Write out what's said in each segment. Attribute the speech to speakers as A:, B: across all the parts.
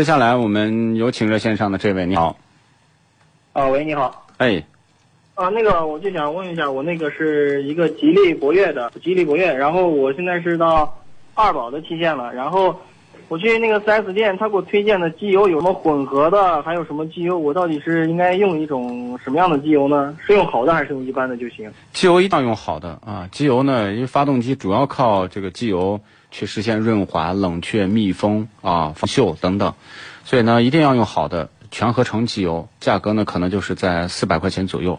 A: 接下来我们有请热线上的这位，你好，
B: 啊，喂，你好。
A: 哎，
B: 啊，那个我就想问一下，我那个是一个吉利博越的，吉利博越，然后我现在是到二保的期限了，然后我去那个 4S 店，他给我推荐的机油有什么混合的，还有什么机油，我到底是应该用一种什么样的机油呢？是用好的还是用一般的就行？
A: 机油一定要用好的啊，机油呢，因为发动机主要靠这个机油去实现润滑、冷却、密封啊、防锈等等，所以呢，一定要用好的全合成机油，价格呢可能就是在四百块钱左右。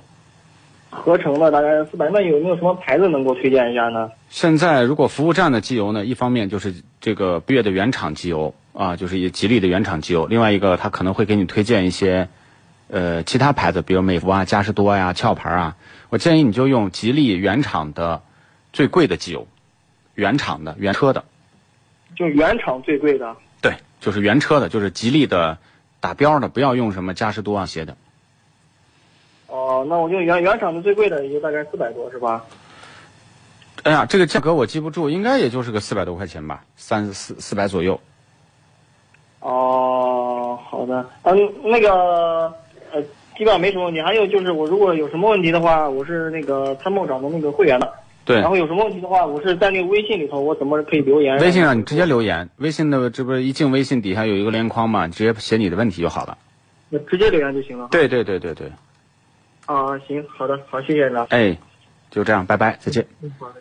B: 合成的大概四百，那有没有什么牌子能给我推荐一下呢？
A: 现在如果服务站的机油呢，一方面就是这个博越的原厂机油啊，就是也吉利的原厂机油；另外一个，它可能会给你推荐一些，呃，其他牌子，比如美孚啊、嘉实多呀、壳牌啊。我建议你就用吉利原厂的最贵的机油，原厂的原车的，
B: 就原厂最贵的。
A: 对，就是原车的，就是吉利的打标的，不要用什么嘉实多啊写的。
B: 哦，那我就原原厂的最贵的，也就大概四百多是吧？
A: 哎呀，这个价格我记不住，应该也就是个四百多块钱吧，三四四百左右。
B: 哦，好的，嗯，那个，呃，基本上没什么问题。还有就是，我如果有什么问题的话，我是那个参谋长的那个会员的。
A: 对
B: 然，后有什么问题的话，我是在那个微信里头，我怎么可以留言？
A: 微信上你直接留言，微信的这不是一进微信底下有一个连框嘛，你直接写你的问题就好了。
B: 我直接留言就行了。
A: 对对对对对，
B: 啊，行，好的，好，谢谢你了。
A: 哎，就这样，拜拜，再见。
B: 嗯，好的。